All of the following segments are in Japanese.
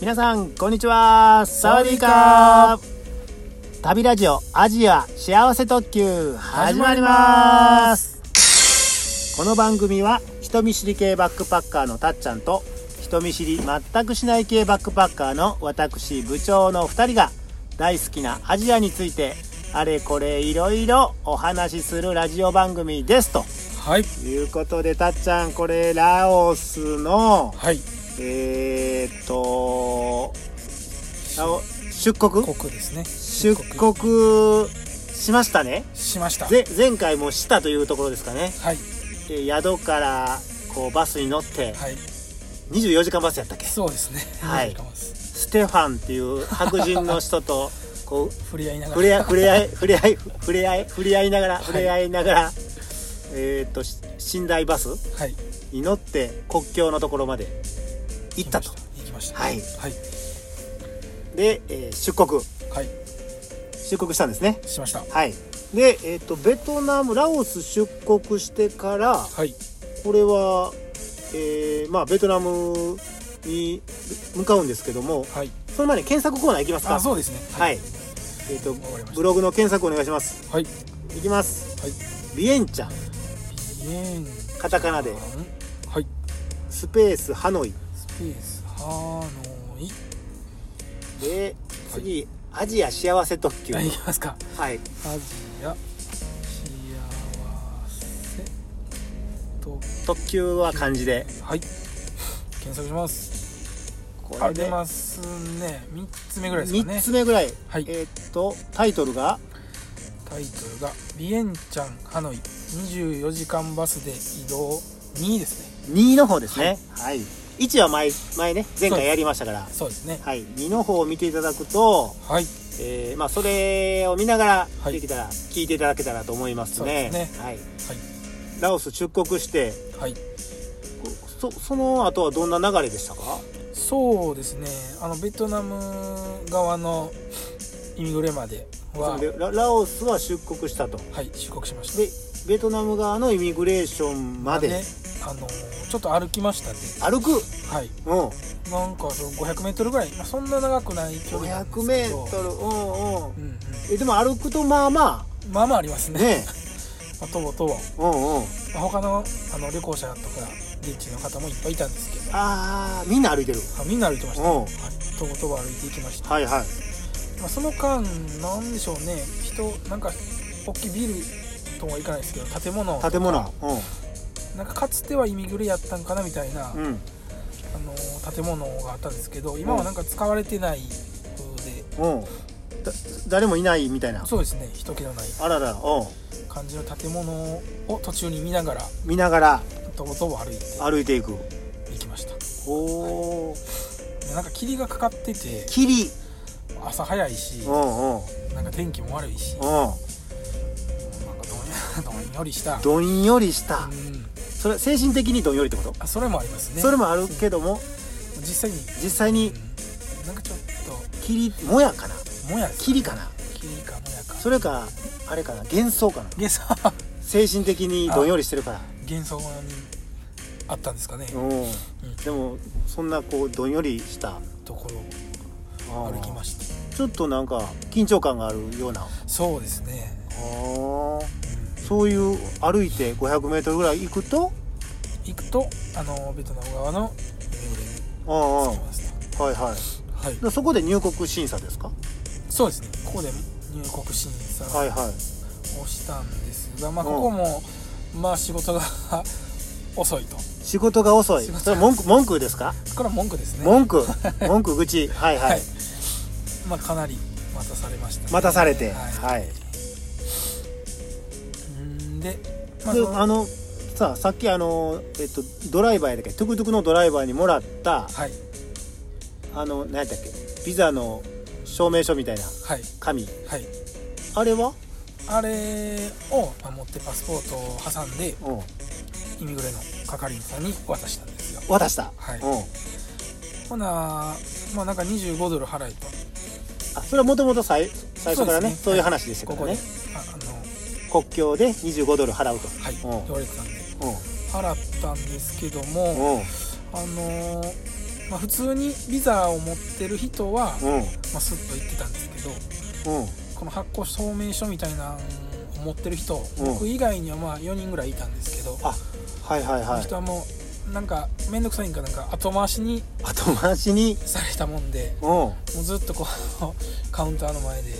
皆さんこんにちはサワディーカー旅ラジオアジア幸せ特急始まりますこの番組は人見知り系バックパッカーのたっちゃんと人見知り全くしない系バックパッカーの私部長の2人が大好きなアジアについてあれこれいろいろお話しするラジオ番組ですとはいいうことでたっちゃんこれラオスのはいえー、っとラオ出国国ですね出国しましたねしましたぜ前回もしたというところですかねはいで宿からこうバスに乗ってはい24時間バスやったっけそうですねはいなんかますステファンっていう白人の人とこう触れ合いながら触れ合い触れ合い触れ合い触れ合い触れ合いながら触れ合いながら、えー、っとし寝台バスはいに乗って国境のところまで行ったと行きましたはいはいで、えー出国はい出国したんですねしましたはいでえっ、とベトナムラオス出国してからはいこれはえーまあベトナムに向かうんですけどもはいその前に検索コーナー行きますかあそうですねはいえっ、とかりましたブログの検索お願いしますはいいきますはいビエンチャンイエンカタカナではいスペースハノイスペースハノイで次、アジア幸せ特急はい行きますかはいアジア幸せと特急は漢字ではい検索しますこあ出ますね三つ目ぐらいですか3ねつ目ぐらい、はいえーっとタイトルがタイトルが「ビエンチャンハノイ24時間バスで移動2」ですね2の方ですねはい、1は前前ね前回やりましたからそうですねはい2の方を見ていただくと、はいえーまあ、それを見ながはらいできたら、聞いていただけたらと思いますねそうですはい、はいラオス出国してはいこそその後はどんな流れでしたかそうですねあのベトナム側のイミグレまではそれでララオスは出国したとはい出国しましたでベトナム側のイミグレーションまであのちょっと歩きましたね歩くはいうんなんかその 500m ぐらい、まあ、そんな長くない距離なんですけど 500m うんうんうんうんえでも歩くとまあままあまあありますあね ねまあ、とぼとぼ、うんうんまあ、他のあの旅行者とか現地の方もいっぱいいたんですけどああみんな歩いてるあみんな歩いてました、うんはい、とぼとぼ歩いていきました、はいはいまあ、その間なんでしょうね人なんか大きいビルとはいかないですけど建物とか建物うんなんかかつてはイミグレやったんかなみたいな、あうんの建物があったんですけど今はなんか使われてない風で、うんだ誰もいないみたいなそうですね人気のないあららうん感じの建物を途中に見ながら見ながらとぼとぼ歩いて歩いていくいきましたおおでなんか霧がかかってて霧朝早いしうんうんなんか天気も悪いしうんなんかどんよどんよりした、どんよりしたうん、それ精神的にどんよりってことあそれもありますねそれもあるけども実際に、実際にうん、なんかちょっ霧もやかなともやです霧かな霧かもやかそれかあれかな幻想かな幻想精神的にどんよりしてるから幻想にあったんですかね、うんでもそんなこうどんよりしたところあをー歩きましたちょっとなんか緊張感があるようなそうですね、うんそういう歩いて 500m ぐらい行くと行くとあのベトナム側のイミグレにああ着きますねああはいはいはいでそこで入国審査ですかそうですねここで入国審査はいはいをしたんですが、まあ、うんここも、まあ仕事が遅いと仕事が遅い仕事がそれ文句文句ですかこれは文句ですね文 句文句愚痴はいはい、はいまあ、かなり待たされました、ね、待たされてはい、はい、うんで,、まあ、でそのあのさあさっきあの、えっと、ドライバーやだっけトゥクトゥクのドライバーにもらったはいあの何やったっけビザの証明書みたいなはい紙はいあれはあれをまあ持ってパスポートを挟んでうんイミグレの係員さんに渡したんですよ渡した、はいうんほなまあなんか25ドル払えとあそれはもともと最最初からねそうそうですねいう話でしたかここらでねああの国境で25ドル払うとはいうん言われてたんでうん払ったんですけどもうんあのーまあ、普通にビザを持ってる人は、うんまあ、スッと行ってたんですけどうんこの発行証明書みたいなのを持ってる人、うん僕以外にはまあ4人ぐらいいたんですけど、あはいはいこはのい人はもうなんか面倒くさいんかなんか後回しに後回しにされたもんでうんもうずっとこう カウンターの前で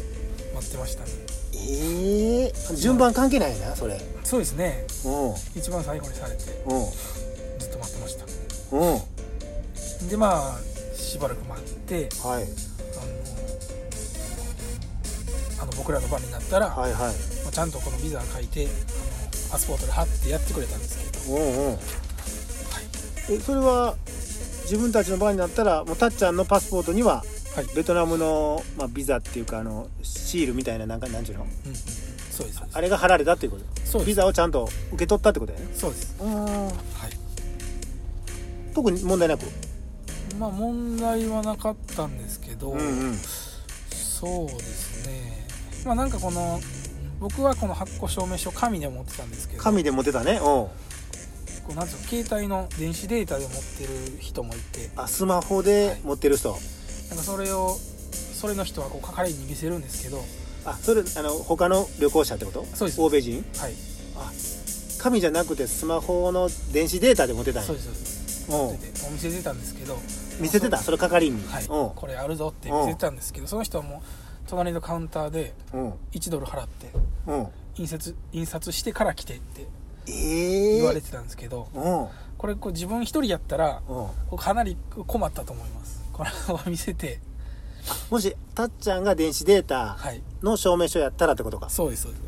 待ってましたねええ順番関係ないなそれそうですねうん一番最後にされてうんずっと待ってましたうんでまあしばらく待ってはいあのあの僕らの番になったら、はいはいまあちゃんとこのビザ書いてあのパスポートで貼ってやってくれたんですけど、うんうんえそれは自分たちの番になったらもうたっちゃんのパスポートにははいベトナムの、まあ、ビザっていうかあのシールみたいななんかなんちゅうのうんうん、そうですそうですあれが貼られたっていうことそうでビすザをちゃんと受け取ったってことだよねそうですはい特に問題なくまあ問題はなかったんですけど、うんそうですねまあなんかこの僕はこの発行証明書を紙で持ってたんですけど紙で持てたねうんこうなんていうの携帯の電子データで持ってる人もいてあスマホで持ってる人、なんかそれをそれの人はこう係員に見せるんですけどあそれあの他の旅行者ってことそうです欧米人はいあ紙じゃなくてスマホの電子データで持てたんやそうですそうですうんでお見せてたんですけど見せてたそれ係員に、はい、うこれあるぞって見せてたんですけどその人はもう隣のカウンターでんうん1ドル払ってうん印刷印刷してから来てってええ言われてたんですけど、うんこれこう自分一人やったらうんこうかなり困ったと思いますこれを見せてもしたっちゃんが電子データはいの証明書やったらってことかそうですそうです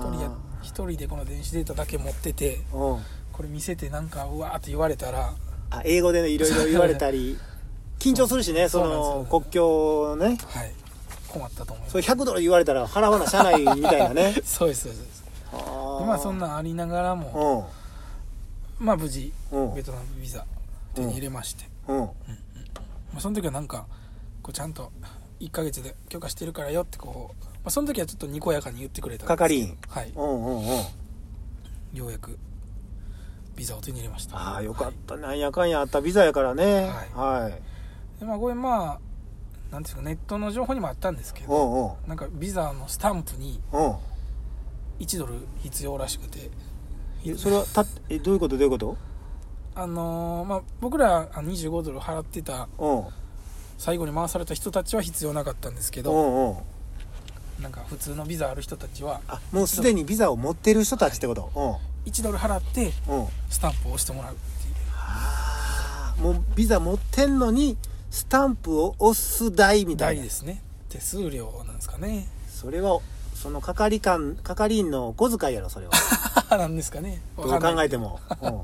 そうです一人や一人でこの電子データだけ持っててあーうんこれ見せてなんかうわーって言われたらあ英語でねいろいろ言われたり緊張するしねそそうなんですよのね国境をねはい困ったと思いますそれ100ドル言われたら払わな社内みたいなねそうですそうですそうですでま今あそんなんありながらもうまあ無事んうんベトナムビザ手に入れまして、うんまあ、その時はなんかこうちゃんと1ヶ月で許可してるからよってこう、まあ、その時はちょっとにこやかに言ってくれたんですけど係員はいうんうんうんようやくビザを手に入れましたああよかったなんやかんやあったビザやからねはいでまあこれまあなんていうんですかネットの情報にもあったんですけうどんうんなんかビザのスタンプにうん1ドル必要らしくてえそれはたえどういうことどういうことあのーまあ僕らあ25ドル払ってたうん最後に回された人たちは必要なかったんですけうどんうんなんか普通のビザある人たちはあもうすでにビザを持ってる人たちってこと1ドル払ってうんうんスタンプを押してもらうっていうあーもうビザ持ってんのにスタンプを押す代みたい代なですね手数料なんですかね それはその係官係員のお小遣いやろそ れはなんですかねどわうかんな考えいても、うんま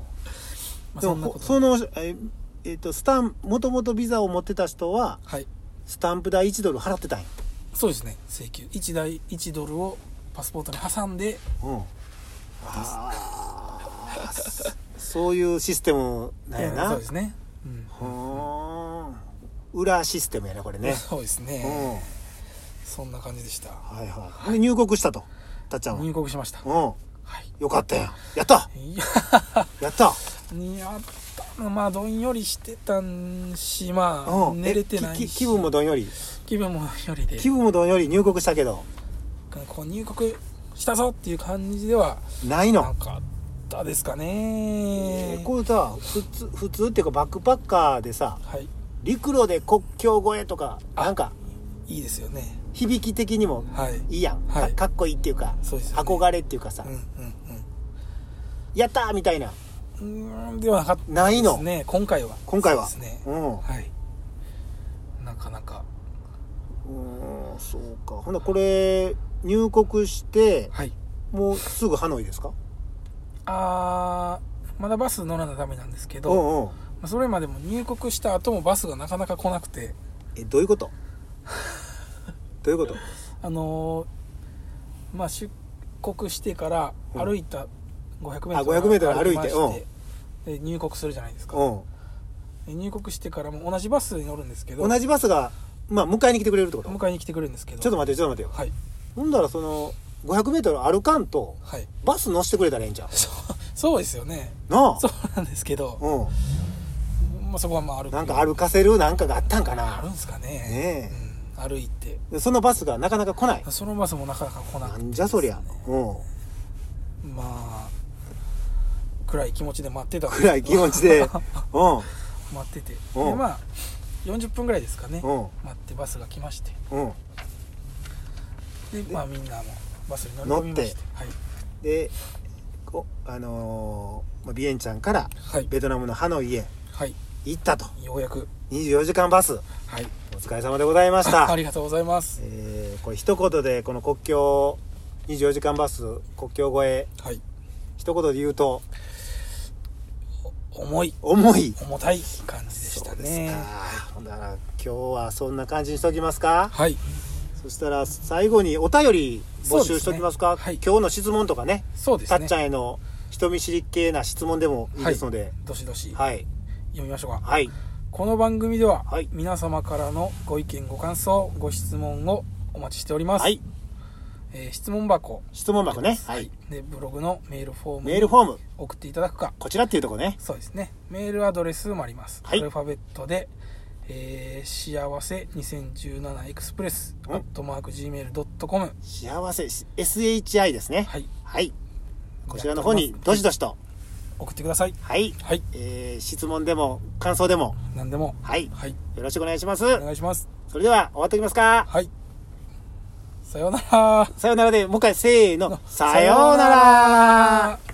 あでそんなもこほとそのええっとスタンもともとビザを持ってた人ははいスタンプ代1ドル払ってたんやそうですね請求1台1ドルをパスポートに挟んでうんあーそそういうシステムなんやなそうですね、うんほーん裏システムやなこれね そうですうね、んそんな感じでしたはいはいで入国したとたっちゃんは入国しました、うんはよかったやんやったいいや やったにあったまあどんよりしてたんしまあ、うん寝れてないえきしき気分もどんより気分もどんよりで気分もどんより入国したけどこう入国したぞっていう感じではないのなかったですかね、えーこうさ普通普通っていうかバックパッカーでさはい陸路で国境越えとかあなんかいいですよね響き的にもはいいいやん、かはいかっこいいっていうかそうですよね憧れっていうかさ、うんやったーみたいなうんうんうーんではなかったないのですね今回は今回はそうですねうんうはいなかなかーんそうかほなこれ入国してはいもうすぐハノイですかあーまだバス乗らなダメなんですけうど、まんうんあそれまでも入国した後もバスがなかなか来なくてえどういうこと どういうことあのーまあ出国してからうん歩いた 500m あ 500m 歩いてましてで入国するじゃないですかうんで入国してからも同じバスに乗るんですけど同じバスが、まあ、迎えに来てくれるってことちょっ迎えに来てくれるんですけどと待ってちょっと待ってよはいほんだらその 500m 歩かんとはいバス乗してくれたらええんじゃんそうそうですよねなあそうなんですけどうままあ、そこはまあ歩くなんか歩かせるなんかがあったんかあなるんすかねねうん、歩いてでそのバスがなかなか来ないそのバスもなかなか来ななくてんじゃそりゃうんまあ暗い気持ちで待ってたんですけど暗い気持ちでうん 待っててでうんまあ40分ぐらいですかねうん待ってバスが来ましてうんでまあみんなもバスに乗り込みまして乗はいでこあのーまあビエンチャンからはい、ベトナムの歯の家はい、行ったとようやく24時間バスはいお疲れ様でございまし あたりがとうございますえーこれ一言でこの国境24時間バス国境越えはい一言で言うと重い重い重たい感じでしたねほんだら今日はそんな感じにしときますかはいそしたら最後にお便り募集しときますかそうですねはい今日の質問とかねそうですたっねちゃんへの人見知り系な質問でもいいですのでどしどし読はいみましょうかはいこの番組では、はい皆様からのご意見ご感想ご質問をお待ちしております、はいえー質問箱質問箱ねはいでブログのメールフォームメールにフォーム送っていただくかこちらっていうとこねそうですねメールアドレスもあります、はいアルファベットで、えー幸せ2017エクスプレスうんアットマーク Gmail.com 幸せ SHI ですねはいはいこちらの方にどしどしと送ってくださいはいはいえー質問でも感想でも何でもはいはいよろしくお願いしますお願いしますそれでは終わっておきますかはいさようならさようならでもう一回せーののさようなら